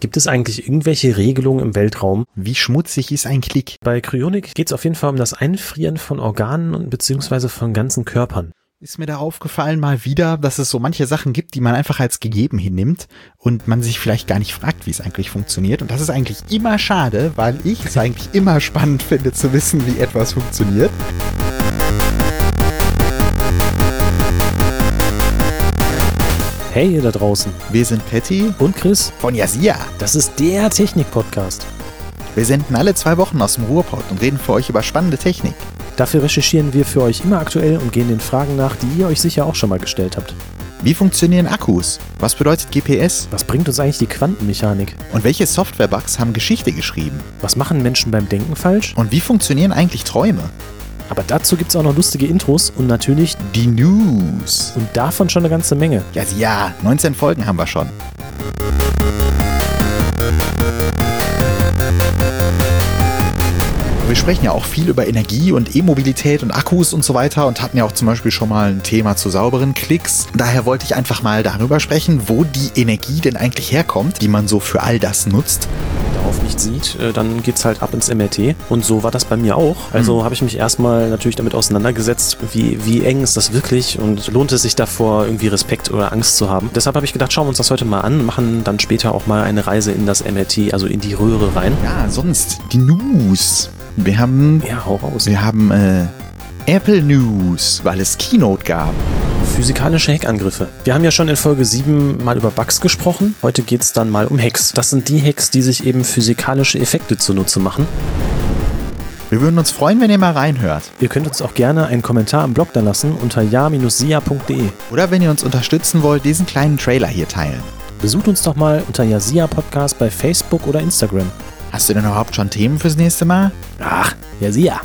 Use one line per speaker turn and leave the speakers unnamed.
Gibt es eigentlich irgendwelche Regelungen im Weltraum?
Wie schmutzig ist ein Klick?
Bei Kryonik geht es auf jeden Fall um das Einfrieren von Organen und beziehungsweise von ganzen Körpern.
Ist mir da aufgefallen mal wieder, dass es so manche Sachen gibt, die man einfach als gegeben hinnimmt und man sich vielleicht gar nicht fragt, wie es eigentlich funktioniert. Und das ist eigentlich immer schade, weil ich es eigentlich immer spannend finde zu wissen, wie etwas funktioniert.
Hey ihr da draußen
Wir sind Patty
und Chris,
von Yasia.
das ist der Technik-Podcast.
Wir senden alle zwei Wochen aus dem Ruhrpott und reden für euch über spannende Technik.
Dafür recherchieren wir für euch immer aktuell und gehen den Fragen nach, die ihr euch sicher auch schon mal gestellt habt.
Wie funktionieren Akkus? Was bedeutet GPS?
Was bringt uns eigentlich die Quantenmechanik?
Und welche Software-Bugs haben Geschichte geschrieben?
Was machen Menschen beim Denken falsch?
Und wie funktionieren eigentlich Träume?
Aber dazu gibt es auch noch lustige Intros und natürlich
Die News.
und davon schon eine ganze Menge.
Ja, ja, 19 Folgen haben wir schon. Wir sprechen ja auch viel über Energie und E-Mobilität und Akkus und so weiter und hatten ja auch zum Beispiel schon mal ein Thema zu sauberen Klicks. Daher wollte ich einfach mal darüber sprechen, wo die Energie denn eigentlich herkommt, die man so für all das nutzt.
darauf nicht sieht, äh, dann geht's halt ab ins MRT. Und so war das bei mir auch. Also habe ich mich erstmal natürlich damit auseinandergesetzt, wie, wie eng ist das wirklich und lohnt es sich davor, irgendwie Respekt oder Angst zu haben. Deshalb habe ich gedacht, schauen wir uns das heute mal an, machen dann später auch mal eine Reise in das MRT, also in die Röhre rein.
Ja, sonst die News. Wir haben,
Ja, hau raus.
wir haben äh, Apple News, weil es Keynote gab.
Physikalische Hackangriffe. Wir haben ja schon in Folge 7 mal über Bugs gesprochen. Heute geht's dann mal um Hacks. Das sind die Hacks, die sich eben physikalische Effekte zunutze machen.
Wir würden uns freuen, wenn ihr mal reinhört.
Ihr könnt uns auch gerne einen Kommentar im Blog da lassen unter ja-sia.de.
Oder wenn ihr uns unterstützen wollt, diesen kleinen Trailer hier teilen.
Besucht uns doch mal unter Yasia Podcast bei Facebook oder Instagram.
Hast du denn überhaupt schon Themen fürs nächste Mal?
Ach, Yasia.